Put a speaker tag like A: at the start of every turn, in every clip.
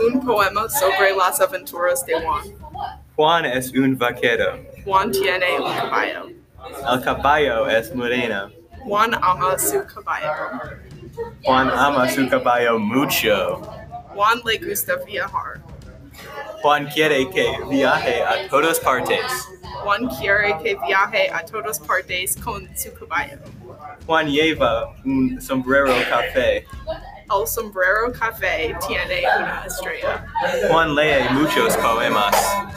A: Un poema sobre las aventuras de Juan.
B: Juan es un vaquero.
A: Juan tiene un caballo.
B: El caballo es moreno.
A: Juan ama su caballo.
B: Juan ama su caballo mucho.
A: Juan le gusta viajar.
B: Juan quiere que viaje a todas partes.
A: Juan quiere que viaje a todas partes con su caballo.
B: Juan lleva un sombrero café.
A: El sombrero café tiene una estrella.
B: Juan lee muchos poemas.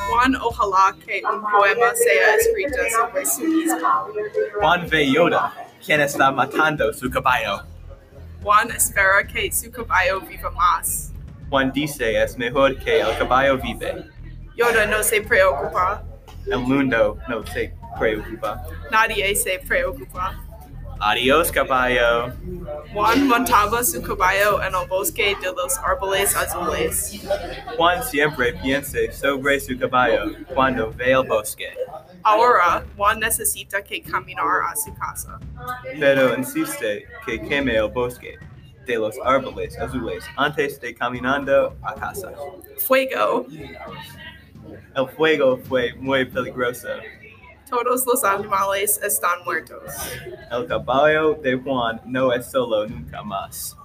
A: Juan ojalá que un poema sea escrito sobre su mismo.
B: Juan ve Yoda, quien está matando su caballo.
A: Juan espera que su caballo viva más.
B: Juan dice es mejor que el caballo vive.
A: Yoda no se preocupa.
B: El mundo no se preocupa.
A: Nadie se preocupa.
B: Adiós caballo.
A: Juan montaba su caballo en el bosque de los árboles azules.
B: Juan siempre piensa sobre su caballo cuando ve el bosque.
A: Ahora, Juan necesita que caminar a su casa.
B: Pero insiste que queme el bosque de los árboles azules antes de caminando a casa.
A: Fuego.
B: El fuego fue muy peligroso.
A: Todos los animales están muertos.
B: El caballo de Juan no es solo nunca más.